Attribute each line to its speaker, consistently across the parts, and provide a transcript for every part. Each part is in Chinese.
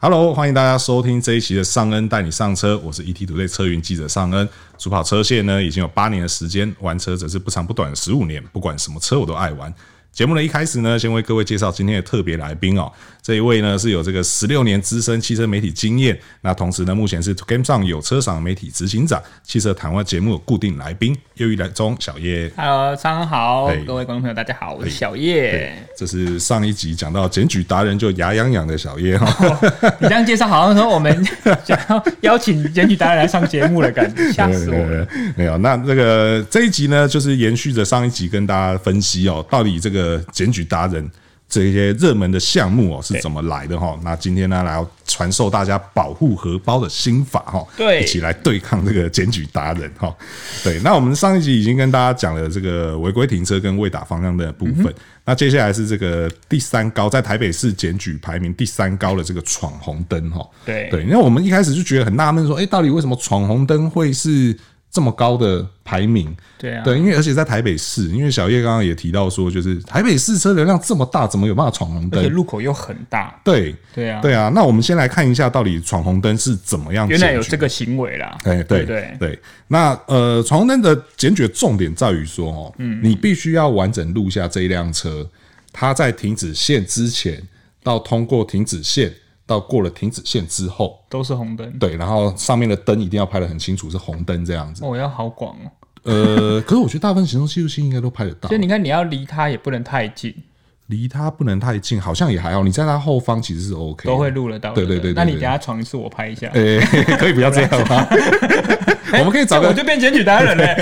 Speaker 1: Hello，欢迎大家收听这一期的尚恩带你上车，我是 ETtoday 车云记者尚恩。主跑车线呢已经有八年的时间，玩车则是不长不短十五年，不管什么车我都爱玩。节目的一开始呢，先为各位介绍今天的特别来宾哦，这一位呢是有这个十六年资深汽车媒体经验，那同时呢目前是 Game 上有车赏媒体执行长，汽车谈话节目有固定来宾，又一来中小叶。
Speaker 2: Hello，上午好
Speaker 1: 嘿，
Speaker 2: 各位观众朋友，大家好，我是小叶。
Speaker 1: 这是上一集讲到检举达人就牙痒痒的小叶哈、哦，
Speaker 2: 你这样介绍，好像说我们想要邀请检举达人来上节目了，感觉吓死我了。
Speaker 1: 没有，那这个这一集呢，就是延续着上一集跟大家分析哦，到底这个检举达人这些热门的项目哦是怎么来的哈、哦？那今天呢，来传授大家保护荷包的心法哈、哦，
Speaker 2: 对
Speaker 1: 一起来对抗这个检举达人哈、哦。对，那我们上一集已经跟大家讲了这个违规停车跟未打方向灯的部
Speaker 2: 嗯
Speaker 1: 分。那接下来是这个第三高，在台北市检举排名第三高的这个闯红灯哈、哦，
Speaker 2: 对
Speaker 1: 对，因为我们一开始就觉得很纳闷，说，哎、到底为什么闯红灯会是这么高的排名？
Speaker 2: 对啊，
Speaker 1: 对，因为而且在台北市，因为小叶刚刚也提到说，就是台北市车流量这么大，怎么有办法闯红
Speaker 2: 而且
Speaker 1: 灯？
Speaker 2: 路口又很大。
Speaker 1: 对，
Speaker 2: 对啊，
Speaker 1: 对啊。那我们先来看一下，到底闯红灯是怎么样解决？
Speaker 2: 原来有这个行为啦。
Speaker 1: 哎，对
Speaker 2: 对对
Speaker 1: 对，那呃，闯红灯的检举重点在于说，哦，
Speaker 2: 嗯
Speaker 1: 你必须要完整录下这一辆车，它在停止线之前，到通过停止线，到过了停止线之后，
Speaker 2: 都是红灯。
Speaker 1: 对，然后上面的灯一定要拍得很清楚，是红灯这样子。
Speaker 2: 哦，要好广哦。
Speaker 1: 呃，可是我觉得大部分行动记录器应该都拍得到
Speaker 2: 所以，你看，你要离它也不能太近，
Speaker 1: 离它不能太近，好像也还好。你在它后方其实是 OK，
Speaker 2: 都会录得到。
Speaker 1: 对对
Speaker 2: 不
Speaker 1: 对对
Speaker 2: 那你
Speaker 1: 对
Speaker 2: 等下闯一次，我拍一下。
Speaker 1: 呃、 可以不要这样 吗？我们可以找
Speaker 2: 哎这我
Speaker 1: 个，
Speaker 2: 就变检举达 人嘞！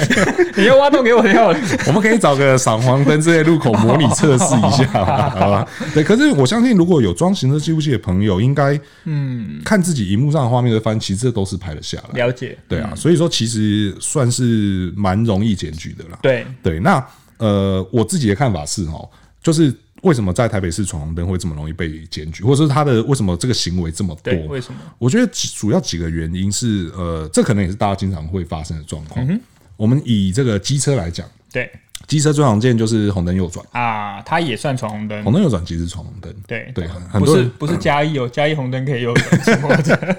Speaker 2: 你又挖洞给我跳了。
Speaker 1: 我们可以找个闪黄灯之类路口模拟测试一下 嘛，好吧？对，可是我相信，如果有装行车记录器的朋友，应该嗯，看自己荧幕上的画面的翻，其实这都是拍得下来。
Speaker 2: 了解，
Speaker 1: 对啊，所以说其实算是蛮容易检举的啦。
Speaker 2: 对，
Speaker 1: 对，那呃，我自己的看法是哦，就是为什么在台北市闯红灯会这么容易被检举，或者是他的为什么这个行为这么多
Speaker 2: 对，？为什么？
Speaker 1: 我觉得几主要几个原因是，呃，这可能也是大家经常会发生的状
Speaker 2: 嗯
Speaker 1: 况。我们以这个机车来讲，
Speaker 2: 对
Speaker 1: 机车最常见就是红灯右转，
Speaker 2: 啊，它也算闯红灯
Speaker 1: 红。灯右转其实是闯红灯。
Speaker 2: 对
Speaker 1: 对，很很
Speaker 2: 不
Speaker 1: 多
Speaker 2: 是
Speaker 1: 人嗯
Speaker 2: 不是加一哦，加一红灯可以右转，什 么的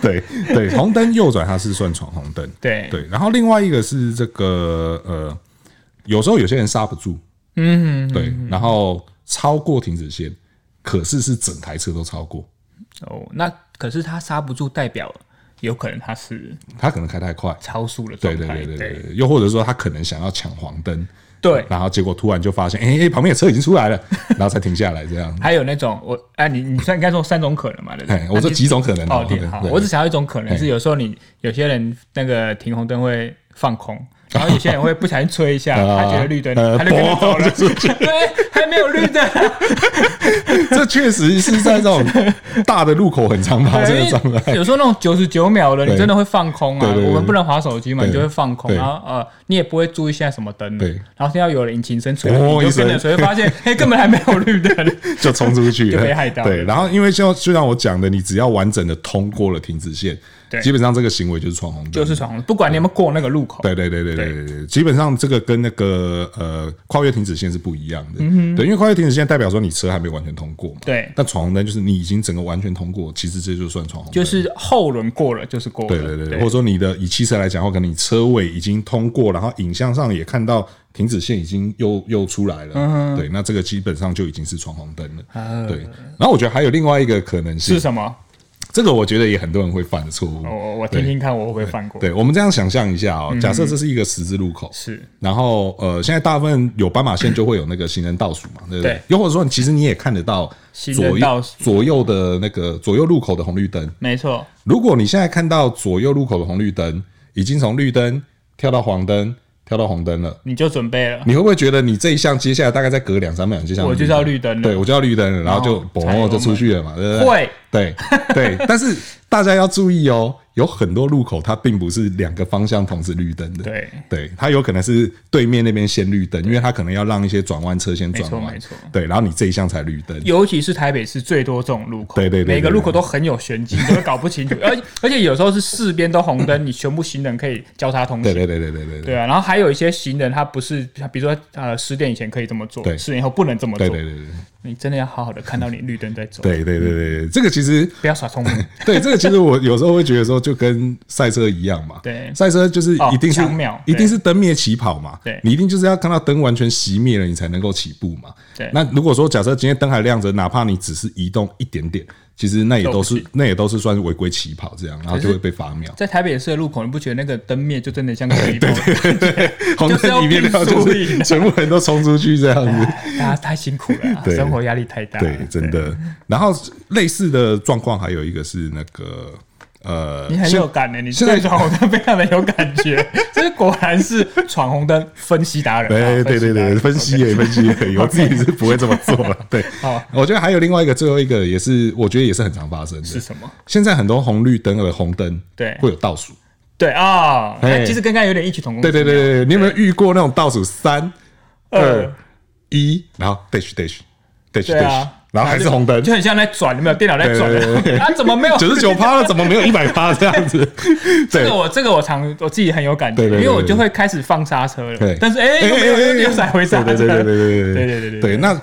Speaker 1: 对对，红灯右转它是算闯红灯。
Speaker 2: 对
Speaker 1: 对，然后另外一个是这个呃，有时候有些人刹不住，嗯对，然后超过停止线，可是是整台车都超过，
Speaker 2: 哦，那可是他刹不住，代表有可能他是
Speaker 1: 他可能开太快，
Speaker 2: 超速的状
Speaker 1: 对对
Speaker 2: 态，
Speaker 1: 对对
Speaker 2: 对
Speaker 1: 对，又或者说他可能想要抢黄灯，
Speaker 2: 对
Speaker 1: 然后结果突然就发现，哎、哎、旁边有车已经出来 了，然后才停下来这样。
Speaker 2: 还有那种我哎，你你算应该说三种可能嘛，对不
Speaker 1: 哎
Speaker 2: 对？，
Speaker 1: 我
Speaker 2: 那
Speaker 1: 这
Speaker 2: 你
Speaker 1: 几种可能
Speaker 2: 哦，对
Speaker 1: 对
Speaker 2: 好，
Speaker 1: 对
Speaker 2: 我只想要一种可能是有时候你有些人那个停红灯会放 空。然后有些人会不小心吹一下，
Speaker 1: 啊
Speaker 2: 他觉得绿灯，
Speaker 1: 呃
Speaker 2: 他就跟着走了。
Speaker 1: 就
Speaker 2: 对，还没有绿灯，
Speaker 1: 这确实是在这种大的路口很 常发生的状态。
Speaker 2: 有时候那种九十九秒的，
Speaker 1: 对
Speaker 2: 你真的会放空啊
Speaker 1: 对对。对
Speaker 2: 我们不能划手机嘛，
Speaker 1: 对
Speaker 2: 你就会放空，
Speaker 1: 对
Speaker 2: 然后呃，你也不会注意现在什么灯了啊
Speaker 1: 对，
Speaker 2: 然后听到有人引擎声吹，
Speaker 1: 哦
Speaker 2: 你就跟
Speaker 1: 一声
Speaker 2: 着吹，发现嘿，根本还没有绿灯。
Speaker 1: 就冲出去，
Speaker 2: 就被害到了
Speaker 1: 对，然后因为就就像我讲的，你只要完整的通过了停止线，
Speaker 2: 对
Speaker 1: 基本上这个行为就是闯红灯，
Speaker 2: 就是闯红灯，不管你有没有过那个路口，
Speaker 1: 对对对对对对对，基本上这个跟那个呃跨越停止线是不一样的，对，因为跨越停止线代表说你车还没完全通过嘛，
Speaker 2: 嗯对
Speaker 1: 但闯红灯就是你已经整个完全通过，其实这就算闯红灯，
Speaker 2: 就是后轮过了就是过了。
Speaker 1: 对对对对，或者说你的以汽车来讲的话，可能你车位已经通过，然后影像上也看到停止线已经又又出来了，
Speaker 2: 嗯
Speaker 1: 对，那这个基本上就已经是闯红灯了，对。然后我觉得还有另外一个可能性
Speaker 2: 啊是，什哦么？
Speaker 1: 这个我觉得也很多人会犯的错误。
Speaker 2: 我我听听看，我会不会放过？
Speaker 1: 对，我们这样想象一下哦，假设这是一个十字路口，
Speaker 2: 嗯是
Speaker 1: 然后呃，现在大部分有斑马线就会有那个行人倒数嘛，对不对
Speaker 2: 对？
Speaker 1: 又或者说，其实你也看得到
Speaker 2: 行
Speaker 1: 左
Speaker 2: 人倒
Speaker 1: 右
Speaker 2: 数
Speaker 1: 左右的那个左右路口的红绿灯。
Speaker 2: 没错，
Speaker 1: 如果你现在看到左右路口的红绿灯，已经从绿灯跳到黄灯，跳到红灯了。
Speaker 2: 你就准备了。
Speaker 1: 你会不会觉得你这一项接下来大概再隔两三秒，你就像
Speaker 2: 我就是要绿灯了
Speaker 1: 对我就要绿灯了，然后就
Speaker 2: 然后才
Speaker 1: 嘣就出去了嘛，对不对？
Speaker 2: 会，
Speaker 1: 对对，但是大家要注意哦，有很多路口它并不是两个方向同时绿灯的，
Speaker 2: 对
Speaker 1: 对，它有可能是对面那边先绿灯，因为它可能要让一些转弯车先转弯，
Speaker 2: 没错没错
Speaker 1: 对，然后你这一项才绿灯，
Speaker 2: 尤其是台北市最多这种路口，
Speaker 1: 对对对对
Speaker 2: 每个路口都很有玄机，你都会搞不清楚。 而而且有时候是四边都红灯，你全部行人可以交叉通
Speaker 1: 对对
Speaker 2: 行。
Speaker 1: 对对对对
Speaker 2: 对啊，然后还有一些行人他不是，比如说呃十点以前可以这么做
Speaker 1: 对，
Speaker 2: 十点以后不能这么
Speaker 1: 对
Speaker 2: 做
Speaker 1: 对。对对，
Speaker 2: 你真的要好好的看到你绿灯在走，
Speaker 1: 对对对对，对这个其实
Speaker 2: 不要耍聪 明。
Speaker 1: 对这个其实我有时候会觉得说，就跟赛车一样嘛。
Speaker 2: 对
Speaker 1: 赛车就是
Speaker 2: 哦
Speaker 1: 一定是、
Speaker 2: 抢秒
Speaker 1: 一
Speaker 2: 对
Speaker 1: 定是灯灭起跑嘛。
Speaker 2: 对
Speaker 1: 你一定就是要看到灯完全熄灭了，你才能够起步嘛。
Speaker 2: 对
Speaker 1: 那如果说假设今天灯还亮着，哪怕你只是移动一点点，其实那也都
Speaker 2: 都
Speaker 1: 是
Speaker 2: 不
Speaker 1: 那也都是算是违规起跑这样，然后就会被罚秒。
Speaker 2: 在台北市的路口，你不觉得那个灯灭就真的像鬼一样？
Speaker 1: 红
Speaker 2: 就是要
Speaker 1: 灯一面亮，就
Speaker 2: 拼速
Speaker 1: 是
Speaker 2: 赢
Speaker 1: 全部人都冲出去这样子。
Speaker 2: 大家太辛苦了 啊、
Speaker 1: 对
Speaker 2: 生活压力太大。
Speaker 1: 对，真的。然后类似的状况还有一个是那个呃，
Speaker 2: 你很
Speaker 1: 现
Speaker 2: 有感的、你
Speaker 1: 现在
Speaker 2: 对闯红灯非常的有感觉， 这果然是闯红灯分析达人啊。
Speaker 1: 哎 对对对对，分析也分析 也，我自己是不会这么做了。 对
Speaker 2: 好，
Speaker 1: 我觉得还有另外一个，最后一个也是，我觉得也是很常发生的。
Speaker 2: 是什么？
Speaker 1: 现在很多红绿灯的呃红灯，
Speaker 2: 对
Speaker 1: 会有倒数。
Speaker 2: 对啊，那
Speaker 1: 哎
Speaker 2: 其实跟刚才有点异曲同工。
Speaker 1: 对对对，对对，你有没有遇过那种倒数三二
Speaker 2: 二
Speaker 1: 一，然后 dash dash dash
Speaker 2: 对
Speaker 1: dash，
Speaker 2: 啊
Speaker 1: 然后还是红灯
Speaker 2: 就，很像在转，有没有？电脑在转
Speaker 1: 对对对对，
Speaker 2: 啊，怎么没有？
Speaker 1: 九十九趴了，怎么没有一百趴这 样子？
Speaker 2: 这
Speaker 1: 对
Speaker 2: 个我这个我常我自己很有感觉，
Speaker 1: 对对对
Speaker 2: 因为我就会开始放刹车
Speaker 1: 对
Speaker 2: 了。但是哎，又没有又又踩回刹车，
Speaker 1: 对对对对对
Speaker 2: 对
Speaker 1: 对
Speaker 2: 对对
Speaker 1: 对。那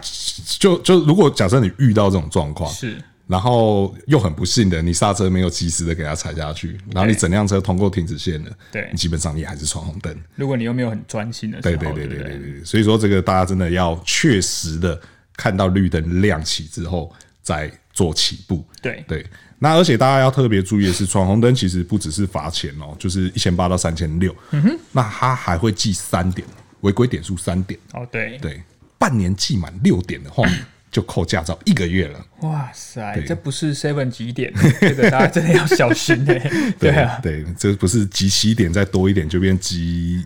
Speaker 1: 就就如果假设你遇到这种状况，
Speaker 2: 是
Speaker 1: 然后又很不幸的，你刹车没有及时的给它踩下去，然后你整辆车通过停止线了，
Speaker 2: 对
Speaker 1: 你基本上你还是闯红灯。
Speaker 2: 如果你又没有很专心的时
Speaker 1: 对
Speaker 2: 候，
Speaker 1: 对哦对
Speaker 2: 对
Speaker 1: 对
Speaker 2: 不
Speaker 1: 对对对，所以说这个大家真的要确实的看到绿灯亮起之后再做起步。
Speaker 2: 对
Speaker 1: 对，那而且大家要特别注意的是，闯红灯其实不只是罚钱哦，就是一千八到三千六，嗯哼，那他还会记三点，违规点数三点，
Speaker 2: 哦对，
Speaker 1: 对，半年记满六点的 话就扣驾照一个月了。
Speaker 2: 哇塞，这不是 seven 几点？ 这个大家真的要小 心哎。对啊，
Speaker 1: 对，这不是集齐点再多一点就变集。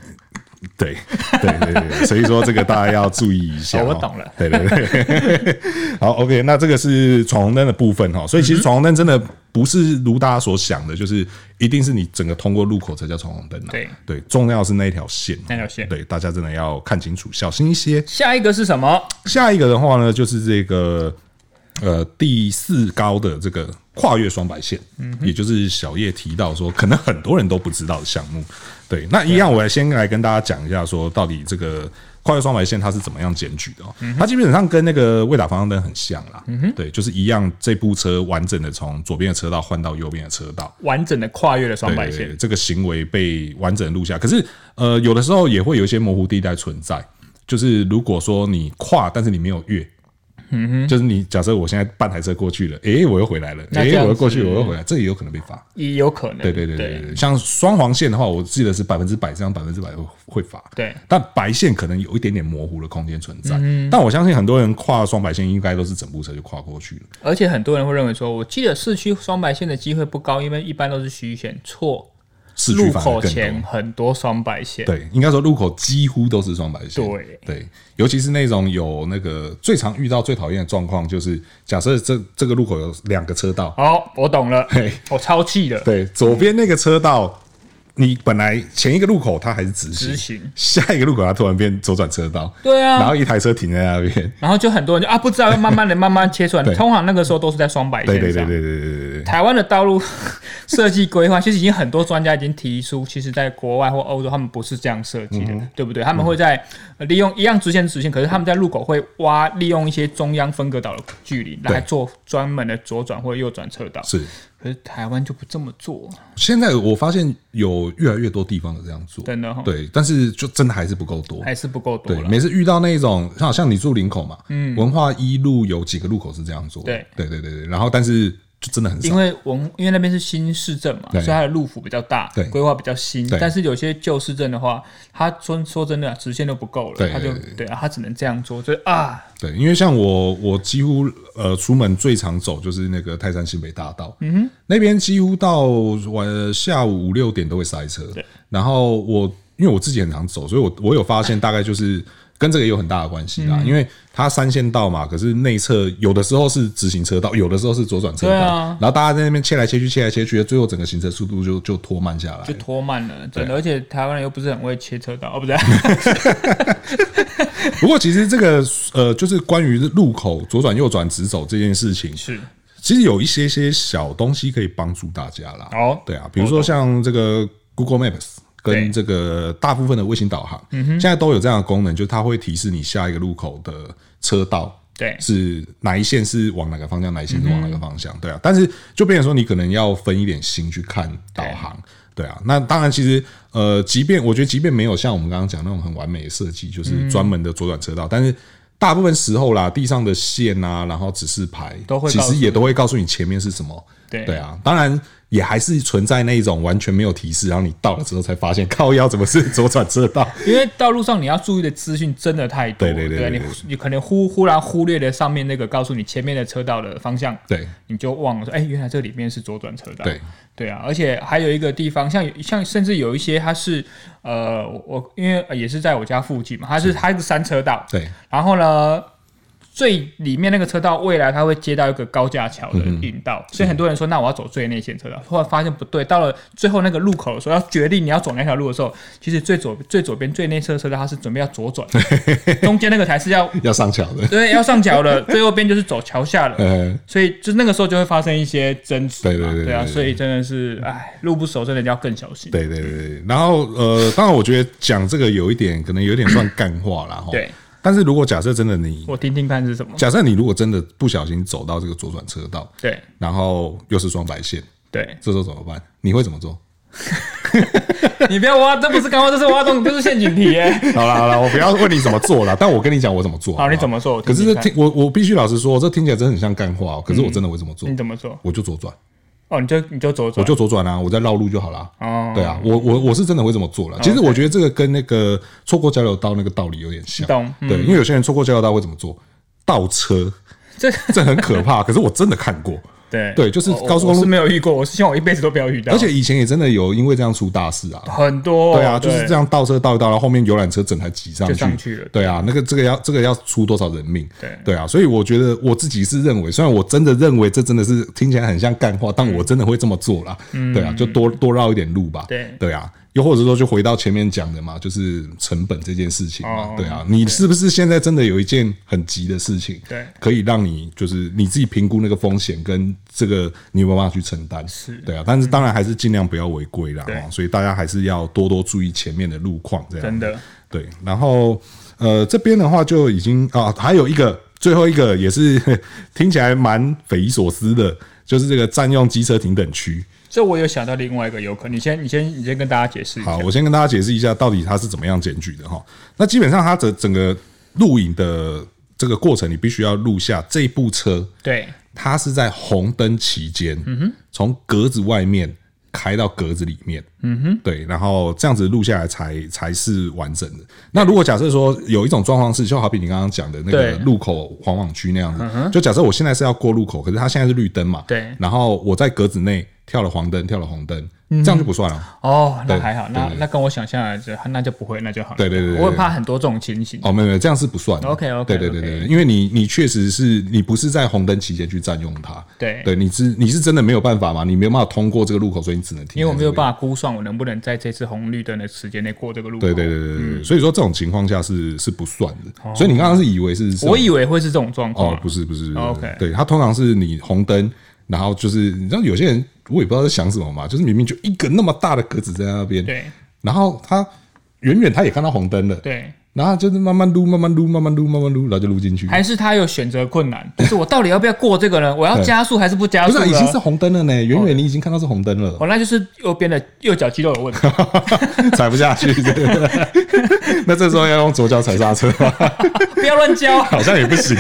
Speaker 1: 对对对对，所以说这个大家要注意一下、
Speaker 2: 哦我
Speaker 1: 哦
Speaker 2: 懂了
Speaker 1: 对对对， 好，OK，那这个是闯红灯的部分哈、
Speaker 2: 嗯
Speaker 1: 哦，所以其实闯红灯真的不是如大家所想的，就是一定是你整个通过路口才叫闯红灯、啊。
Speaker 2: 对
Speaker 1: 对，重要是那一条线，啊
Speaker 2: 那条线
Speaker 1: 对，大家真的要看清楚，小心一些。
Speaker 2: 下一个是什么？
Speaker 1: 下一个的话呢，就是这个呃第四高的这个跨越双白线，嗯，也就是小叶提到说，可能很多人都不知道的项目。对，那一样，我来先来跟大家讲一下，说到底这个跨越双白线它是怎么样检举的、哦。它基本上跟那个未打方向灯很像啦，嗯、对，就是一样，这部车完整的从左边的车道换到右边的车道，
Speaker 2: 完整的跨越了双白
Speaker 1: 对对对
Speaker 2: 线，
Speaker 1: 这个行为被完整地录下。可是呃，有的时候也会有一些模糊地带存在，就是如果说你跨，但是你没有越。嗯哼，就是你假设我现在半台车过去了，诶、我又回来了，
Speaker 2: 那
Speaker 1: 诶、
Speaker 2: 这样
Speaker 1: 我又过去，
Speaker 2: 子
Speaker 1: 我又回来，这也有可能被罚。
Speaker 2: 也有可能。
Speaker 1: 对对对对对，像双黄线的话，我记得是百分之百，这样百分之百会罚。
Speaker 2: 对
Speaker 1: 但白线可能有一点点模糊的空间存在。
Speaker 2: 嗯
Speaker 1: 但我相信很多人跨双白线，应该都是整部车就跨过去了。
Speaker 2: 而且很多人会认为说，我记得市区双白线的机会不高，因为一般都是虚线。错，
Speaker 1: 市区
Speaker 2: 路
Speaker 1: 反而
Speaker 2: 口
Speaker 1: 更多
Speaker 2: 前很多双白线。
Speaker 1: 对，应该说路口几乎都是双白线。
Speaker 2: 对
Speaker 1: 尤其是那种有那个最常遇到最讨厌的状况，就是假设这这个路口有两个车道，
Speaker 2: 好，我懂了
Speaker 1: 嘿，
Speaker 2: 我超气了。
Speaker 1: 对，左边那个车道。你本来前一个路口它还是直行，
Speaker 2: 直行
Speaker 1: 下一个路口它突然变左转车道，
Speaker 2: 对啊
Speaker 1: 然后一台车停在那边，
Speaker 2: 然后就很多人就啊，不知道要慢慢的、慢慢切 出来。通常那个时候都是在双白线
Speaker 1: 对
Speaker 2: 上。
Speaker 1: 对对对对对对对，
Speaker 2: 台湾的道路设计规划，其实已经很多专家已经提出，其实在国外或欧洲，他们不是这样设计的，
Speaker 1: 嗯
Speaker 2: 对不对？他们会在呃利用一样直线直线，可是他们在路口会挖利用一些中央分隔岛的距离来做专门的左转或右转车道。
Speaker 1: 是。
Speaker 2: 可是台湾就不这么做，
Speaker 1: 现在我发现有越来越多地方有这样做，
Speaker 2: 真的哦齁
Speaker 1: 对，但是就真的还是不够多，
Speaker 2: 还是不够多
Speaker 1: 对，
Speaker 2: 了。
Speaker 1: 每次遇到那种像像你住林口嘛，嗯，文化一路有几个路口是这样做的，
Speaker 2: 对
Speaker 1: 对对对对，然后但是就真的很
Speaker 2: 因
Speaker 1: 少，
Speaker 2: 为文，因为那边是新市镇嘛，
Speaker 1: 对
Speaker 2: 所以它的路幅比较大
Speaker 1: 对，
Speaker 2: 规划比较新
Speaker 1: 对。
Speaker 2: 但是有些旧市镇的话，它说说真的，直线都不够了
Speaker 1: 对，
Speaker 2: 它就
Speaker 1: 对
Speaker 2: 对啊，它只能这样做，就是啊，
Speaker 1: 对，因为像我我几乎呃出门最常走就是那个泰山新北大道，嗯哼，那边几乎到晚下午五六点都会塞车，然后我因为我自己很常走，所以我我有发现大概就是。 跟这个有很大的关系
Speaker 2: 嗯
Speaker 1: 啦，因为它三线道嘛，可是内侧有的时候是直行车道，有的时候是左转车道，
Speaker 2: 对啊
Speaker 1: 然后大家在那边切来切去，切来切去，最后整个行车速度就就拖慢下来了，
Speaker 2: 就拖慢了，真的。
Speaker 1: 对
Speaker 2: 而且台湾人又不是很会切车道，哦，不 对，
Speaker 1: 不过其实这个呃，就是关于路口左转右转直走这件事情，
Speaker 2: 是
Speaker 1: 其实有一些些小东西可以帮助大家啦。
Speaker 2: 哦
Speaker 1: 对啊，比如说像这个 Google Maps。跟
Speaker 2: 对
Speaker 1: 这个大部分的卫星导航，现在都有这样的功能，就是它会提示你下一个路口的车道
Speaker 2: 对
Speaker 1: 是哪一线是往哪个方向，哪一线是往哪个方向，对啊。但是就变成说，你可能要分一点心去看导航，对啊。那当然，其实呃，即便我觉得，即便没有像我们刚刚讲那种很完美的设计，就是专门的左转
Speaker 2: 嗯
Speaker 1: 车道，但是。大部分时候啦，地上的线啊，然后指示牌，
Speaker 2: 都会
Speaker 1: 其
Speaker 2: 告诉
Speaker 1: 实也都会告诉你前面是什么。
Speaker 2: 对
Speaker 1: 对啊，当然也还是存在那一种完全没有提示，然后你到了之后才发现靠腰怎么是左转车道。
Speaker 2: 因为道路上你要注意的资讯真的太多，
Speaker 1: 对对对
Speaker 2: 啊
Speaker 1: 对
Speaker 2: 你
Speaker 1: 对对
Speaker 2: 你可能忽忽然忽略了上面那个告诉你前面的车道的方向，
Speaker 1: 对
Speaker 2: 你就忘了说，哎、原来这里面是左转车道。
Speaker 1: 对
Speaker 2: 对啊，而且还有一个地方，像像甚至有一些它是呃，我我因为也是在我家附近嘛，它是它是三车道，
Speaker 1: 对
Speaker 2: 然后呢，最里面那个车道未来它会接到一个高架桥的引道，
Speaker 1: 嗯
Speaker 2: 所以很多人说，那我要走最内线车道。后来发现不对，到了最后那个路口的时候，要决定你要走哪条路的时候，其实最左最左边最内侧的车道它是准备要左转， 中间那个才是要
Speaker 1: 要上桥的。
Speaker 2: 对要上桥了，最右边就是走桥下了。
Speaker 1: 呃，
Speaker 2: 所以就那个时候就会发生一些争执嘛，
Speaker 1: 对对对对
Speaker 2: 啊，
Speaker 1: 对对
Speaker 2: 所以真的是，哎，路不熟，真的要更小心。
Speaker 1: 对对对对。然后呃，当然我觉得讲这个有一点可能有点算干话 啦。齁
Speaker 2: 对。
Speaker 1: 但是如果假设真的你，
Speaker 2: 我听听看是什么。
Speaker 1: 假设你如果真的不小心走到这个左转车道，
Speaker 2: 对
Speaker 1: 然后又是双白线，
Speaker 2: 对，
Speaker 1: 这时候怎么办？你会怎么做？
Speaker 2: 你不要挖，这不是干话，这是挖洞，这是陷阱题耶。
Speaker 1: 好啦好啦，我不要问你怎么做 啦，但我跟你讲我怎么做。
Speaker 2: 好，
Speaker 1: 不
Speaker 2: 你怎么说？我
Speaker 1: 可是
Speaker 2: 听
Speaker 1: 这
Speaker 2: 听看
Speaker 1: 听我我必须老实说，这听起来真的很像干话、哦。可是我真的会这么做，
Speaker 2: 你怎么说？
Speaker 1: 我就左转，
Speaker 2: 哦，你就你就走走，
Speaker 1: 我就左转啊，我再绕路就好啦。
Speaker 2: 哦，
Speaker 1: 对啊，我我我是真的会这么做了。其实我觉得这个跟那个错过交流道那个道理有点像，
Speaker 2: 懂嗯
Speaker 1: 对，因为有些人错过交流道会怎么做？倒车，
Speaker 2: 这
Speaker 1: 这很可怕。可是我真的看过，
Speaker 2: 对哦
Speaker 1: 对就是
Speaker 2: 我
Speaker 1: 高速公路
Speaker 2: 我是没有遇过，我是希望我一辈子都不要遇到，
Speaker 1: 而且以前也真的有因为这样出大事啊。
Speaker 2: 很多哦
Speaker 1: 对啊，就是这样倒车倒一倒，然后后面游览车整台挤上
Speaker 2: 就
Speaker 1: 去，
Speaker 2: 上去了
Speaker 1: 对啊，那个这个要这个要出多少人命？
Speaker 2: 对
Speaker 1: 对啊，所以我觉得我自己是认为，虽然我真的认为这真的是听起来很像干话，但我真的会这么做啦。对啊，就多多绕一点路吧。
Speaker 2: 嗯对
Speaker 1: 对啊，又或者说就回到前面讲的嘛，就是成本这件事情嘛
Speaker 2: 哦。
Speaker 1: 对啊，你是不是现在真的有一件很急的事情？
Speaker 2: 对
Speaker 1: 可以让你就是你自己评估那个风险跟这个你有没有办法去承担，
Speaker 2: 是
Speaker 1: 对啊，但是当然还是尽量不要违规啦，
Speaker 2: 对
Speaker 1: 哦所以大家还是要多多注意前面的路况，这样
Speaker 2: 真的
Speaker 1: 对。然后呃这边的话就已经啊还有一个最后一个也是 听起来蛮匪夷所思的，就是这个占用机车停等区。
Speaker 2: 这我有想到另外一个游客，你先你先你先跟大家解释一下
Speaker 1: 好，，我先跟大家解释一下到底它是怎么样检举的哈。那基本上它的整个录影的这个过程，你必须要录下这部车。
Speaker 2: 对
Speaker 1: 它是在红灯期间，从、格子外面开到格子里面，嗯哼，对，然后这样子录下来才才是完整的。那如果假设说有一种状况是，就好比你刚刚讲的那个
Speaker 2: 对
Speaker 1: 路口黄网区那样子，就假设我现在是要过路口，可是它现在是绿灯嘛，
Speaker 2: 对
Speaker 1: 然后我在格子内跳了黄灯，跳了红灯，这样就不算了。
Speaker 2: 哦，那
Speaker 1: 对
Speaker 2: 还好，那那跟我想象的就那就不会，那就好了，
Speaker 1: 对对对对
Speaker 2: 我会怕很多这种情形，
Speaker 1: 哦，没有没有，这样是不算的。
Speaker 2: OK，OK，
Speaker 1: 对对对
Speaker 2: OK
Speaker 1: 对，因为你你确实是你不是在红灯期间去占用它，
Speaker 2: 对
Speaker 1: 对，你是你是真的没有办法嘛，你没有办法通过这个路口，所以你只能停。
Speaker 2: 因为我没有办法估算我能不能在这次红绿灯的时间内过这个路口，
Speaker 1: 对对对对对，对
Speaker 2: 嗯
Speaker 1: 所以说这种情况下是是不算的。所以你刚刚是以为是，
Speaker 2: 哦我以为会是这种状况
Speaker 1: 哦
Speaker 2: 啊，，
Speaker 1: 不是不是不是
Speaker 2: 哦，OK
Speaker 1: 对，它通常是你红灯，然后就是你知道有些人我也不知道在想什么嘛，就是明明就一个那么大的格子在那边，
Speaker 2: 对
Speaker 1: 然后他远远他也看到红灯了，
Speaker 2: 对，
Speaker 1: 然后就是慢慢撸慢慢撸慢慢撸慢慢撸，然后就撸进去，
Speaker 2: 还是他有选择困难，就是我到底要不要过这个呢？我要加速还是不加
Speaker 1: 不
Speaker 2: 速
Speaker 1: 是、啊、
Speaker 2: 呢？
Speaker 1: 已经是红灯了呢，远远你已经看到是红灯了，
Speaker 2: 哦，那就是右边的右脚肌肉有问题。
Speaker 1: 踩不下 去。 对不对那这时候要用左脚踩刹车吗？
Speaker 2: 不要 乱教。
Speaker 1: 好像也不行、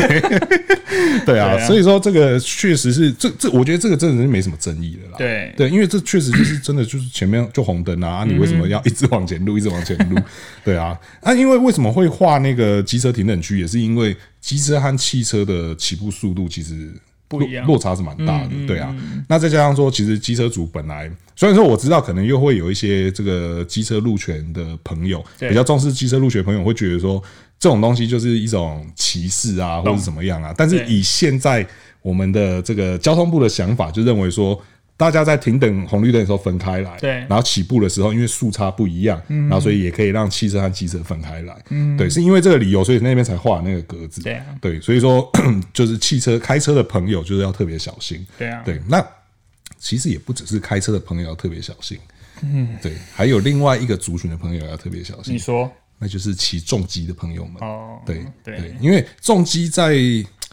Speaker 1: 对啊，
Speaker 2: 对啊
Speaker 1: 所以说这个确实是这这，我觉得这个真的是没什么争议的啦。
Speaker 2: 对
Speaker 1: 对，因为这确实就是真的就是前面就红灯啊，啊你为什么要一直往前撸，一直往前撸？ 对啊，啊，因为为什么会画那个机车停等区，也是因为机车和汽车的起步速度其实。
Speaker 2: 不一样
Speaker 1: 落落差是蛮大的，
Speaker 2: 嗯
Speaker 1: 对啊。那再加上说，其实机车族本来虽然说我知道，可能又会有一些这个机车路权的朋友，
Speaker 2: 对
Speaker 1: 比较重视机车路权的朋友会觉得说，这种东西就是一种歧视啊，或者是怎么样啊。但是
Speaker 2: 对
Speaker 1: 以现在我们的这个交通部的想法，就认为说。大家在停等红绿灯的时候分开来，
Speaker 2: 对嗯
Speaker 1: 然后起步的时候，因为速差不一样，然后所以也可以让汽车和机车分开来，对，是因为这个理由，所以那边才画那个格子，
Speaker 2: 对啊
Speaker 1: 对，所以说就是汽车开车的朋友就是要特别小心。
Speaker 2: 对啊，
Speaker 1: 对，那其实也不只是开车的朋友要特别小心，嗯，对，还有另外一个族群的朋友要特别小
Speaker 2: 你
Speaker 1: 心，
Speaker 2: 说
Speaker 1: 那就是骑重机的朋友们。
Speaker 2: 哦，
Speaker 1: 对
Speaker 2: 对
Speaker 1: 对，因为重机在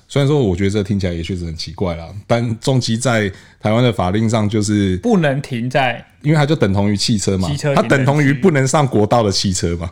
Speaker 1: 虽然说我觉得这听起来也确实很奇怪啦，但重机在台湾的法令上就是
Speaker 2: 不能停在
Speaker 1: 因为它就等同于汽车嘛
Speaker 2: 机车，
Speaker 1: 它
Speaker 2: 停
Speaker 1: 等同于
Speaker 2: 等于
Speaker 1: 不能上国道的汽车嘛。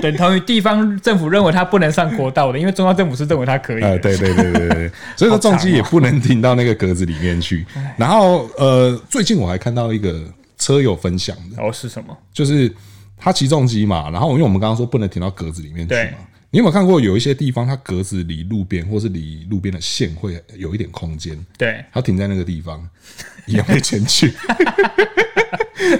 Speaker 2: 等同于地方政府认为它不能上国道的，因为中央政府是认为它可以的。
Speaker 1: 呃，对对对对对 对，所以说
Speaker 2: 哦
Speaker 1: 重机也不能停到那个格子里面去。然后呃，最近我还看到一个车友分享的，
Speaker 2: 哦，是什么？
Speaker 1: 就是他骑重机嘛，然后因为我们刚刚说不能停到格子里面去
Speaker 2: 对
Speaker 1: 嘛。你有没有看过有一些地方，它格子离路边或是离路边的线会有一点空间，
Speaker 2: 对，
Speaker 1: 他停在那个地方， 一样被检举。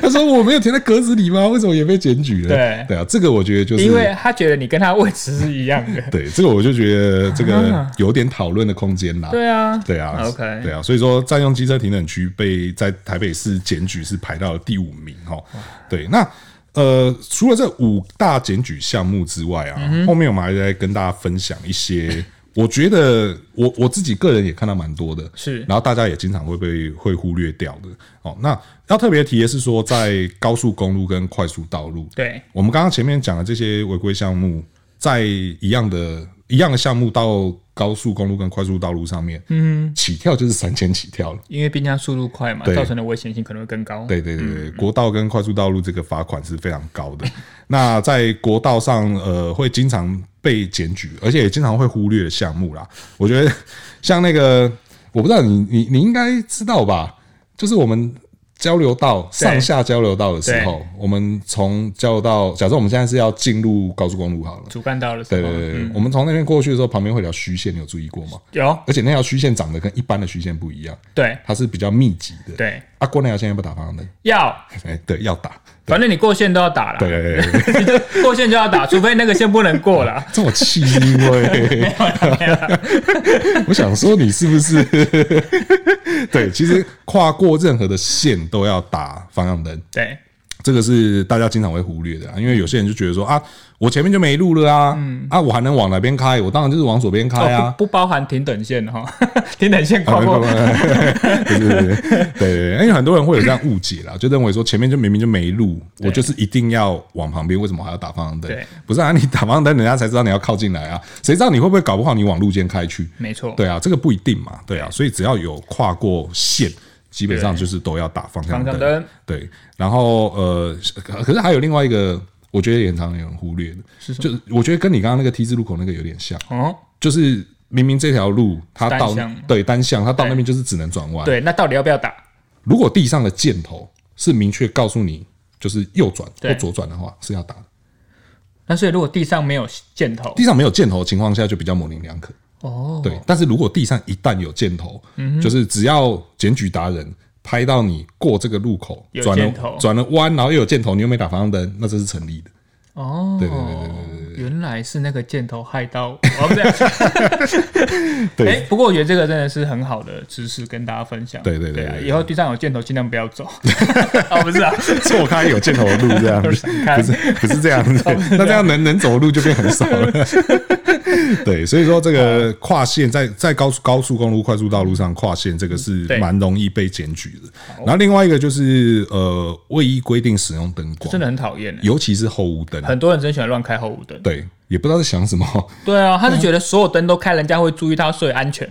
Speaker 1: 他说：“我没有停在格子里吗？为什么也被检举了？”
Speaker 2: 对
Speaker 1: 对啊，这个我觉得就是
Speaker 2: 因为他觉得你跟他位置是一样的。
Speaker 1: 对这个我就觉得这
Speaker 2: 啊
Speaker 1: 个有点讨论的空间啦。
Speaker 2: 对啊，
Speaker 1: 对啊
Speaker 2: OK
Speaker 1: 对啊，所以说占用机车停等区被在台北市检举是排到了第五名哈。对，那呃，除了这五大检举项目之外
Speaker 2: 嗯
Speaker 1: 啊，后面我们还在跟大家分享一些， 我觉得我我自己个人也看到蛮多的，
Speaker 2: 是
Speaker 1: 然后大家也经常会被会忽略掉的哦。那要特别提的是说，在高速公路跟快速道路，
Speaker 2: 对
Speaker 1: 我们刚刚前面讲的这些违规项目，在一样的一样的项目到高速公路跟快速道路上面，嗯，起跳就是三千起跳了。
Speaker 2: 因为冰箱速度快嘛，
Speaker 1: 对
Speaker 2: 造成的危险性可能会更高。
Speaker 1: 对对对对，国道跟快速道路这个罚款是非常高的。那在国道上，呃，会经常被检举，而且也经常会忽略的项目啦。我觉得像那个，我不知道你你你应该知道吧？就是我们交流道上下交流道的时候，我们从交流道，假设我们现在是要进入高速公路好了。
Speaker 2: 主干道的时
Speaker 1: 对
Speaker 2: 候，
Speaker 1: 对对对，我们从那边过去的时候，旁边会有条虚线，你有注意过吗？
Speaker 2: 有
Speaker 1: 而且那条虚线长得跟一般的虚线不一样，
Speaker 2: 对
Speaker 1: 它是比较密集的。
Speaker 2: 对
Speaker 1: 啊，过那条线要不打方 向灯？
Speaker 2: 要，
Speaker 1: 哎，对，要打。
Speaker 2: 反正你过线都要打
Speaker 1: 对
Speaker 2: 了，
Speaker 1: 对对对，
Speaker 2: 过线就要 打，除非那个线不能过了。
Speaker 1: 这么气是因 为我想说你是不是？ 对，其实跨过任何的线都要打方向灯，
Speaker 2: 对
Speaker 1: 这个是大家经常会忽略的、啊，因为有些人就觉得说啊，我前面就没路了啊，啊，我还能往哪边开？我当然就是往左边开啊
Speaker 2: 嗯哦。不不包含停等线哈， 停等线
Speaker 1: 啊
Speaker 2: 跨过
Speaker 1: 不不不 对对对对对，因为很多人会有这样误解啦，就认为说前面就明明就没路，我就是一定要往旁边，为什么还要打方向灯
Speaker 2: 对？
Speaker 1: 不是啊，你打方向灯，人家才知道你要靠近来啊，谁知道你会不会搞不好你往路肩开去？
Speaker 2: 没错，
Speaker 1: 对啊，这个不一定嘛，对啊，所以只要有跨过线，基本上就是都要打方向
Speaker 2: 方向
Speaker 1: 灯
Speaker 2: 灯。
Speaker 1: 对，然后呃，可可是还有另外一个，我觉得也很常有人忽略的，
Speaker 2: 是什么
Speaker 1: 就是我觉得跟你刚刚那个 T 字路口那个有点像，
Speaker 2: 哦，
Speaker 1: 就是明明这条路它
Speaker 2: 单
Speaker 1: 到
Speaker 2: 向
Speaker 1: 对单向，它到那边就是只能转弯。
Speaker 2: 对，那到底要不要打？
Speaker 1: 如果地上的箭头是明确告诉你就是右转或
Speaker 2: 对
Speaker 1: 左转的话，是要打的。
Speaker 2: 那所以如果地上没有箭头，
Speaker 1: 地上没有箭头的情况下，就比较模棱两可。
Speaker 2: 哦，嗯
Speaker 1: 对，但是如果地上一旦有箭头，就是只要检举达人拍到你过这个路口，
Speaker 2: 有
Speaker 1: 转
Speaker 2: 箭头
Speaker 1: 了转了弯，然后又有箭头，你又没打方向灯，那这是成立的。
Speaker 2: 哦，
Speaker 1: 对对对对
Speaker 2: 原来是那个箭头害到我， 哦不对，
Speaker 1: 对
Speaker 2: 哎，不过我觉得这个真的是很好的知识跟大家分享。
Speaker 1: 对对对
Speaker 2: 对啊，
Speaker 1: 对
Speaker 2: 以后地上有箭头尽量不要 走。哦，不是啊，
Speaker 1: 错开有箭头的路这样子，
Speaker 2: 闪开
Speaker 1: 不是不是这样 子，那这样能能走的路就变很少了。对，所以说这个
Speaker 2: 哦
Speaker 1: 跨线在在高速高速公路快速道路上跨线，这个是
Speaker 2: 嗯对哦
Speaker 1: 蛮容易被检举的。然后另外一个就是呃，未依规定使用灯光
Speaker 2: 真，的很讨厌欸。
Speaker 1: 尤其是后雾灯，
Speaker 2: 很多人真喜欢乱开后雾灯。
Speaker 1: 对，嗯也不知道在想什么，
Speaker 2: 对啊，他是觉得所有灯都开，人家会注意到，所以安全。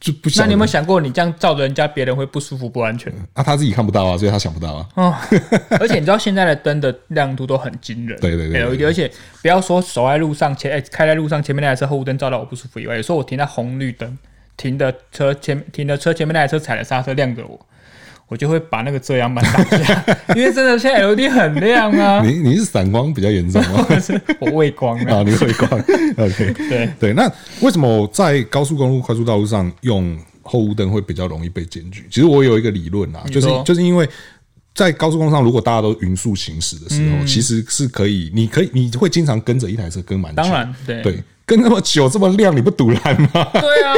Speaker 1: 就不
Speaker 2: 那
Speaker 1: 想
Speaker 2: 你有没有想过，你这样照着人家，别人会不舒服、不安全？
Speaker 1: 啊，他自己看不到啊，所以他想不到啊。
Speaker 2: 哦， 而且你知道现在的灯的亮度都很惊人，哎
Speaker 1: 对对对
Speaker 2: LED，而且不要说走在路上前，哎、开在路上前面那台车后雾灯照到我不舒服以外，有时候我停在红绿灯，停的车前停的车前面那台车踩了刹车亮着我，我就会把那个遮阳板打下，因为真的现在 LED 很亮啊，
Speaker 1: 你你是散光比较严重吗？
Speaker 2: 我畏光 了，
Speaker 1: 啊，你会 逛，OK，
Speaker 2: 对
Speaker 1: 对。那为什么在高速公路快速道路上用后雾灯会比较容易被检举？其实我有一个理论啊，就是
Speaker 2: 说
Speaker 1: 就是因为。在高速公路上，如果大家都匀速行驶的时候，
Speaker 2: 嗯
Speaker 1: 其实是可以，你可以，你会经常跟着一台车跟蛮久，
Speaker 2: 当然对
Speaker 1: 对，跟那么久这么亮，你不堵烂吗？
Speaker 2: 对啊，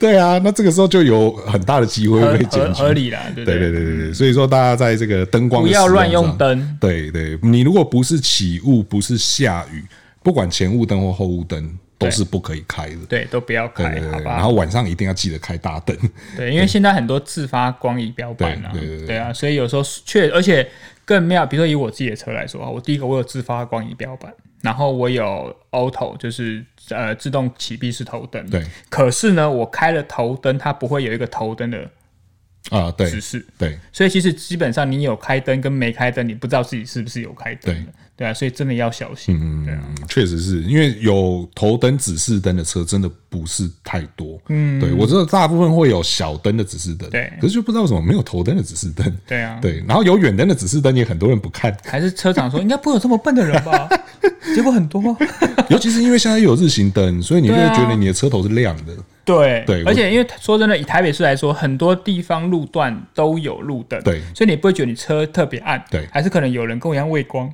Speaker 1: 对啊，那这个时候就有很大的机会
Speaker 2: 合
Speaker 1: 会被
Speaker 2: 合
Speaker 1: 检举
Speaker 2: 合。理啦，对不
Speaker 1: 对
Speaker 2: 对
Speaker 1: 对对对对，所以说大家在这个灯光啊
Speaker 2: 不
Speaker 1: 的
Speaker 2: 要
Speaker 1: 使
Speaker 2: 乱
Speaker 1: 上
Speaker 2: 用灯，
Speaker 1: 对对，你如果不是起雾，不是下雨，不管前雾灯或后雾灯，都
Speaker 2: 对
Speaker 1: 是不可以开的。
Speaker 2: 对都不要
Speaker 1: 对
Speaker 2: 开
Speaker 1: 对，
Speaker 2: 好
Speaker 1: 对，然
Speaker 2: 吧
Speaker 1: 后？晚上一定要记得开大灯。
Speaker 2: 对，因为现在很多自发光仪标板啊，
Speaker 1: 对对对对
Speaker 2: 啊，所以有时候确而且更妙，比如说以我自己的车来说啊，我第一个我有自发光仪标板，然后我有 auto，就是呃自动启闭式头灯。
Speaker 1: 对
Speaker 2: 可是呢，我开了头灯，它不会有一个头灯的
Speaker 1: 啊，对
Speaker 2: 指示，
Speaker 1: 对，
Speaker 2: 所以其实基本上你有开灯跟没开灯，你不知道自己是不是有开灯的。对啊，所以真的要小心。对啊，
Speaker 1: 嗯，确实是因为有头灯、指示灯的车真的不是太多。嗯，对我知道大部分会有小灯的指示灯，
Speaker 2: 对
Speaker 1: 可是就不知道为什么没有头灯的指示灯。
Speaker 2: 对啊
Speaker 1: 对，然后有远灯的指示灯也很多人不看，
Speaker 2: 还是车厂说应该不会有这么笨的人 吧？结果很多。
Speaker 1: 尤其是因为现在有日行灯，所以你就会
Speaker 2: 对啊
Speaker 1: 觉得你的车头是亮的。
Speaker 2: 对，
Speaker 1: 对
Speaker 2: 而
Speaker 1: 我
Speaker 2: 且因为说真的，以台北市来说，很多地方路段都有路灯，
Speaker 1: 对
Speaker 2: 所以你不会觉得你车特别暗，
Speaker 1: 对
Speaker 2: 还是可能有人跟我一样 畏光。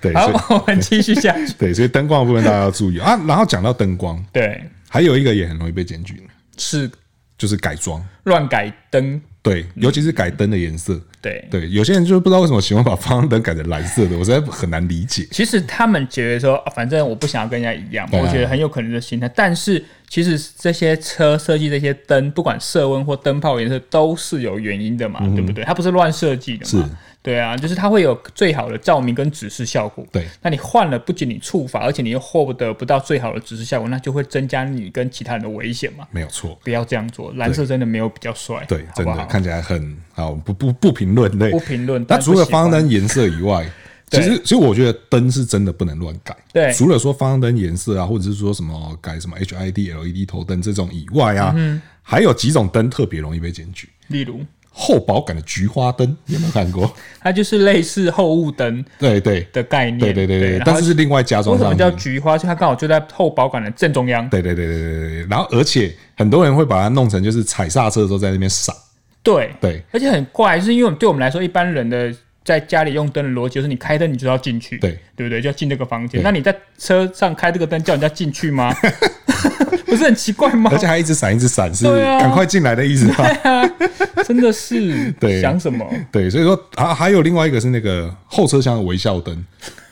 Speaker 1: 对，所以
Speaker 2: 好，我们继续下 去。
Speaker 1: 对，所以灯光的部分大家要注意啊。然后讲到灯光，
Speaker 2: 对，
Speaker 1: 还有一个也很容易被检举，
Speaker 2: 是
Speaker 1: 就是改装。
Speaker 2: 乱改灯，
Speaker 1: 对，
Speaker 2: 嗯
Speaker 1: 尤其是改灯的颜色。
Speaker 2: 对。
Speaker 1: 对，有些人就不知道为什么喜欢把方向灯改成蓝色的，我实在很难理解。
Speaker 2: 其实他们觉得说，啊反正我不想要跟人家一样，
Speaker 1: 对啊
Speaker 2: 我觉得很有可能的心态。但是其实这些车设计这些灯，不管色温或灯泡颜色，都是有原因的嘛，对不对？它不是乱设计的嘛。
Speaker 1: 嗯是
Speaker 2: 对啊，就是它会有最好的照明跟指示效果。
Speaker 1: 对，
Speaker 2: 那你换了，不仅你触发，而且你又获得不到最好的指示效果，那就会增加你跟其他人的危险嘛。
Speaker 1: 没有错。
Speaker 2: 不要这样做，蓝色真的没有比较帅，
Speaker 1: 对，
Speaker 2: 好
Speaker 1: 真
Speaker 2: 不
Speaker 1: 的
Speaker 2: 好？
Speaker 1: 看起来很好，不不不评论对
Speaker 2: 不。评论。
Speaker 1: 那
Speaker 2: 但
Speaker 1: 除
Speaker 2: 不
Speaker 1: 了
Speaker 2: 喜欢
Speaker 1: 方向灯颜色以外，其
Speaker 2: 对
Speaker 1: 实其实我觉得灯是真的不能乱改。
Speaker 2: 对
Speaker 1: 除了说方向灯颜色啊，或者是说什么改什么 HID、LED E 头灯这种以外啊，
Speaker 2: 嗯
Speaker 1: 还有几种灯特别容易被检举。
Speaker 2: 例如，
Speaker 1: 厚薄感的菊花灯有没有看 过？
Speaker 2: 它就是类似后雾灯
Speaker 1: 对对
Speaker 2: 的概念，
Speaker 1: 对对对对，
Speaker 2: 然后
Speaker 1: 但是是另外加
Speaker 2: 为
Speaker 1: 装
Speaker 2: 什么
Speaker 1: 上
Speaker 2: 叫
Speaker 1: 去。
Speaker 2: 菊花？就它刚好就在后保管的正中央。
Speaker 1: 对对对对对对对，然后而且很多人会把它弄成就是踩刹车的时候在那边闪，
Speaker 2: 对，
Speaker 1: 对
Speaker 2: 而且很怪，是因为我们对我们来说，一般人的在家里用灯的逻辑就是，你开灯你就要进去，
Speaker 1: 对
Speaker 2: 对不对？就要进这个房
Speaker 1: 对
Speaker 2: 间。那你在车上开这个灯，叫人家进去吗？ 不是很奇怪吗
Speaker 1: 而？且还一直闪一直闪，是
Speaker 2: 对啊
Speaker 1: 赶快进来的意 思吗？
Speaker 2: 真的是，
Speaker 1: 对
Speaker 2: 想什么？
Speaker 1: 对，所以说啊，还有另外一个是那个后车厢的微笑灯，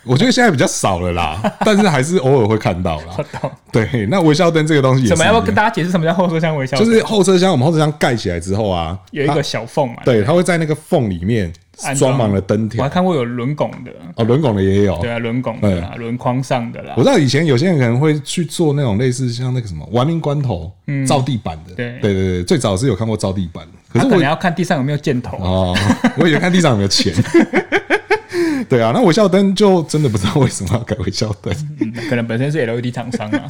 Speaker 1: 我觉得现在比较少了 啦，但是还是偶尔会看到啦
Speaker 2: 我。懂。
Speaker 1: 对，那微笑灯这个东西也是
Speaker 2: 怎么
Speaker 1: 一
Speaker 2: 要
Speaker 1: 样
Speaker 2: 不要跟大家解释 什么叫后车厢微笑？
Speaker 1: 就是后车厢，我们后车厢盖起来之后啊，
Speaker 2: 有一个小缝嘛。
Speaker 1: 它，对，它会在那个缝里面
Speaker 2: 安装
Speaker 1: 装满了灯
Speaker 2: 我
Speaker 1: 条
Speaker 2: 还，看过有轮拱的，
Speaker 1: 哦，轮拱的也有。
Speaker 2: 对啊，轮拱的啦，轮框上的啦
Speaker 1: 我。知道以前有些人可能会去做那种类似像那个什么玩命关头，造地板的，
Speaker 2: 嗯对
Speaker 1: 对对对，最早是有看过造地板，可是
Speaker 2: 他啊可能
Speaker 1: 我
Speaker 2: 要看地上有没有箭头。啊
Speaker 1: 哦， 我以为看地上有没有钱。对啊，那微笑灯就真的不知道为什么要改微笑 灯。
Speaker 2: 嗯可能本身是 LED 厂商 啊，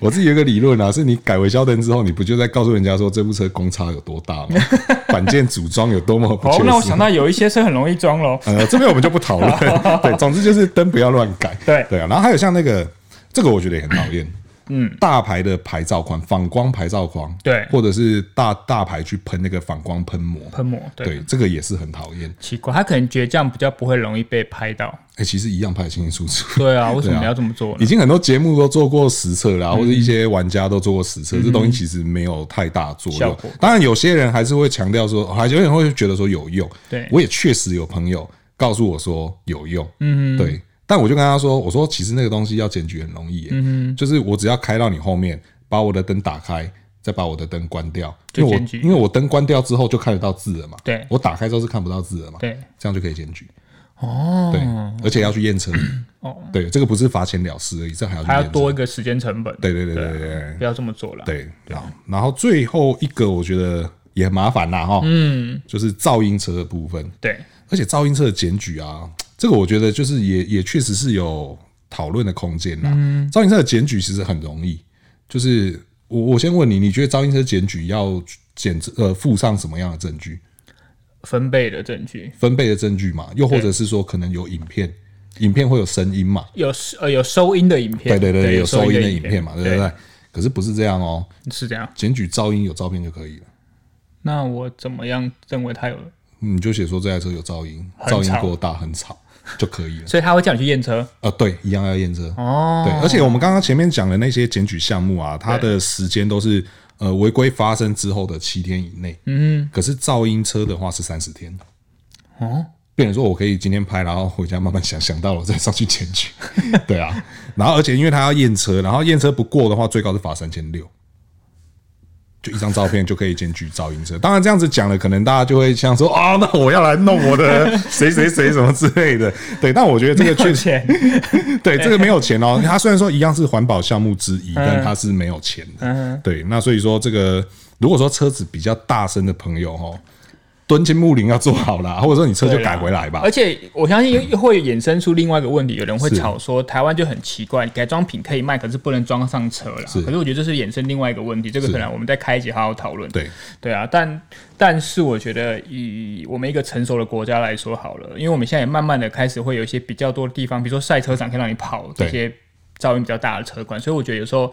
Speaker 1: 我自己有一个理论啊，是你改微笑灯之后，你不就在告诉人家说这部车公差有多 大吗？板件组装有多么不
Speaker 2: 哦
Speaker 1: 确，
Speaker 2: 那我
Speaker 1: 实
Speaker 2: 想？到有一些车很容易装喽。
Speaker 1: 呃，这边我们就不讨论。对，总之就是灯不要乱改。
Speaker 2: 对
Speaker 1: 对啊，然后还有像那个，这个我觉得也很讨厌。嗯，大牌的牌照框，反光牌照框，
Speaker 2: 对
Speaker 1: 或者是大大牌去喷那个反光喷膜，
Speaker 2: 喷膜，对，
Speaker 1: 对，这个也是很讨厌。
Speaker 2: 奇怪，他可能觉得这样比较不会容易被拍到。
Speaker 1: 哎，其实一样拍得清清楚楚。
Speaker 2: 对啊，为什么要这么做
Speaker 1: 已
Speaker 2: 呢？
Speaker 1: 经很多节目都做过实测
Speaker 2: 嗯
Speaker 1: 啦，或者一些玩家都做过实测，这东西其实没有太大作
Speaker 2: 效
Speaker 1: 用
Speaker 2: 果。
Speaker 1: 当然，有些人还是会强调说，哦还有些人会觉得说有用。
Speaker 2: 对
Speaker 1: 我也确实有朋友告诉我说有用。嗯，对。但我就跟他说，我说其实那个东西要检举很容易耶，
Speaker 2: 嗯
Speaker 1: 就是我只要开到你后面，把我的灯打开。再把我的灯关掉，因
Speaker 2: 就
Speaker 1: 为
Speaker 2: 检
Speaker 1: 我
Speaker 2: 举
Speaker 1: 因为我灯关掉之后就看得到字了嘛。
Speaker 2: 对
Speaker 1: 我打开之后是看不到字了嘛。
Speaker 2: 对，
Speaker 1: 这样就可以检举。
Speaker 2: 哦，
Speaker 1: 对，而且要去验车。
Speaker 2: 哦，
Speaker 1: 对，这个不是罚钱了事而已，这还要去
Speaker 2: 还要
Speaker 1: 验车
Speaker 2: 多一个时间成本。
Speaker 1: 对对对对
Speaker 2: 啊
Speaker 1: 对对
Speaker 2: 不要这么做了。，
Speaker 1: 对，然后然后最后一个我觉得也很麻烦啦哈，嗯，就是噪音车的部分，
Speaker 2: 对，
Speaker 1: 而且噪音车的检举啊，这个我觉得就是也也确实是有讨论的空间啦。
Speaker 2: 嗯
Speaker 1: 噪音车的检举其实很容易，就是我我先问你，你觉得噪音车检举要检呃附上什么样的证据？
Speaker 2: 分贝的证据
Speaker 1: 分贝的证据嘛，又或者是说可能有影片，影片会有声音嘛？
Speaker 2: 有呃有收音的影
Speaker 1: 对
Speaker 2: 片，
Speaker 1: 对对，有收音的影片
Speaker 2: 片
Speaker 1: 嘛，对不对？可是不是这样哦，
Speaker 2: 是这样。
Speaker 1: 检举噪音有照片就可以了。
Speaker 2: 那我怎么样认为它有？
Speaker 1: 你就写说这台车有噪音，
Speaker 2: 很
Speaker 1: 噪音
Speaker 2: 吵
Speaker 1: 过大很吵就可以了。
Speaker 2: 所以他会叫你去验车
Speaker 1: 啊，对，一样要验车。
Speaker 2: 哦。
Speaker 1: 对，而且我们刚刚前面讲的那些检举项目啊，它的时间都是呃违规发生之后的七天以内。嗯，可是噪音车的话是三十天。
Speaker 2: 哦，
Speaker 1: 变成说我可以今天拍，然后回家慢慢想，想到了再上去检举。 对啊，然后而且因为他要验车，然后验车不过的话，最高是罚三千六。就一张照片就可以检举噪音车。当然这样子讲了，可能大家就会像说啊，那我要来弄我的 谁谁谁什么之类的。对，但我觉得这个确
Speaker 2: 确
Speaker 1: 实
Speaker 2: 钱，
Speaker 1: 对这个没有钱 哦。它虽然说一样是环保项目之
Speaker 2: 嗯
Speaker 1: 一，但它是没有钱的。对，那所以说这个如果说车子比较大声的朋友哦，蹲进木林要做好啦，或者说你车就
Speaker 2: 对啦
Speaker 1: 改回来吧
Speaker 2: 而。且我相 信又会衍生出另外一个问题，有人会吵说台湾就很奇怪，改装品可以卖，可是不能装上车啦。
Speaker 1: 是
Speaker 2: 可是我觉得这是衍生另外一个问题，这个
Speaker 1: 是
Speaker 2: 可能我们再开一集好好讨论。
Speaker 1: 对，
Speaker 2: 对啊，但但是我觉得以我们一个成熟的国家来说好了，因为我们现在也慢慢的开始会有一些比较多的地方，比如说赛车场可以让你跑这
Speaker 1: 对
Speaker 2: 些噪音比较大的车款，所以我觉得有时候。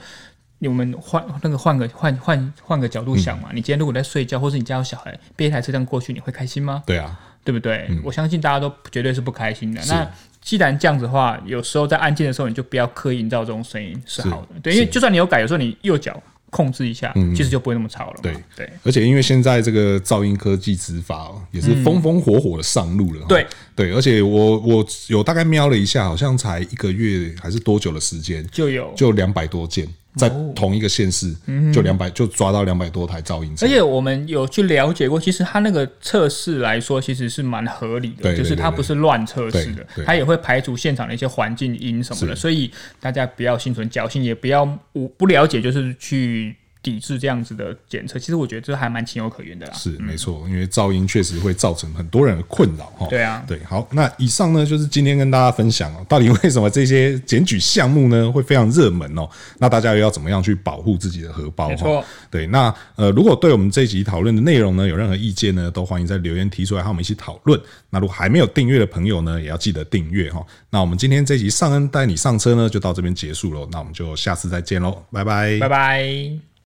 Speaker 2: 你们换那个换个换换换个角度想
Speaker 1: 嗯
Speaker 2: 嘛，你今天如果在睡觉，或是你家有小孩，被一台车这样过去，你会开心吗？
Speaker 1: 对啊，
Speaker 2: 对不对？我相信大家都绝对是不开心的。那既然这样子的话，有时候在按键的时候，你就不要刻意营造这种声音是好的。对，因为就算你有改，有时候你右脚控制一下，
Speaker 1: 嗯
Speaker 2: 其实就不会那么吵了嘛。
Speaker 1: 对
Speaker 2: 对
Speaker 1: 而且因为现在这个噪音科技执法哦，也是风风火火的上路了哦、
Speaker 2: 对
Speaker 1: 对，而且我我有大概瞄了一下，好像才一个月还是多久的时间，
Speaker 2: 就有。
Speaker 1: 就两百多件，在
Speaker 2: 哦
Speaker 1: 同一个县市
Speaker 2: 嗯
Speaker 1: 就两百就抓到两百多台噪音车
Speaker 2: 而。且我们有去了解过，其实它那个测试来说，其实是蛮合理的，
Speaker 1: 对对
Speaker 2: 就是它
Speaker 1: 对对
Speaker 2: 不是乱测试
Speaker 1: 对
Speaker 2: 的
Speaker 1: 对，
Speaker 2: 它也会排除现场的一些环境音什么的，所以大家不要心存侥幸，也不要无不了解，就是去抵制这样子的检测。其实我觉得这还蛮情有可原的啦。
Speaker 1: 是没错，因为噪音确实会造成很多人的困扰哈。
Speaker 2: 对啊
Speaker 1: 对，好，那以上呢就是今天跟大家分享哦，到底为什么这些检举项目呢会非常热门哦？那大家又要怎么样去保护自己的荷包？
Speaker 2: 没错，
Speaker 1: 对，那呃，如果对我们这一集讨论的内容呢有任何意见呢，都欢迎在留言提出来，和我们一起讨论。那如果还没有订阅的朋友呢，也要记得订阅哈。那我们今天这集上恩带你上车呢，就到这边结束喽，那我们就下次再见喽，拜拜，
Speaker 2: 拜拜。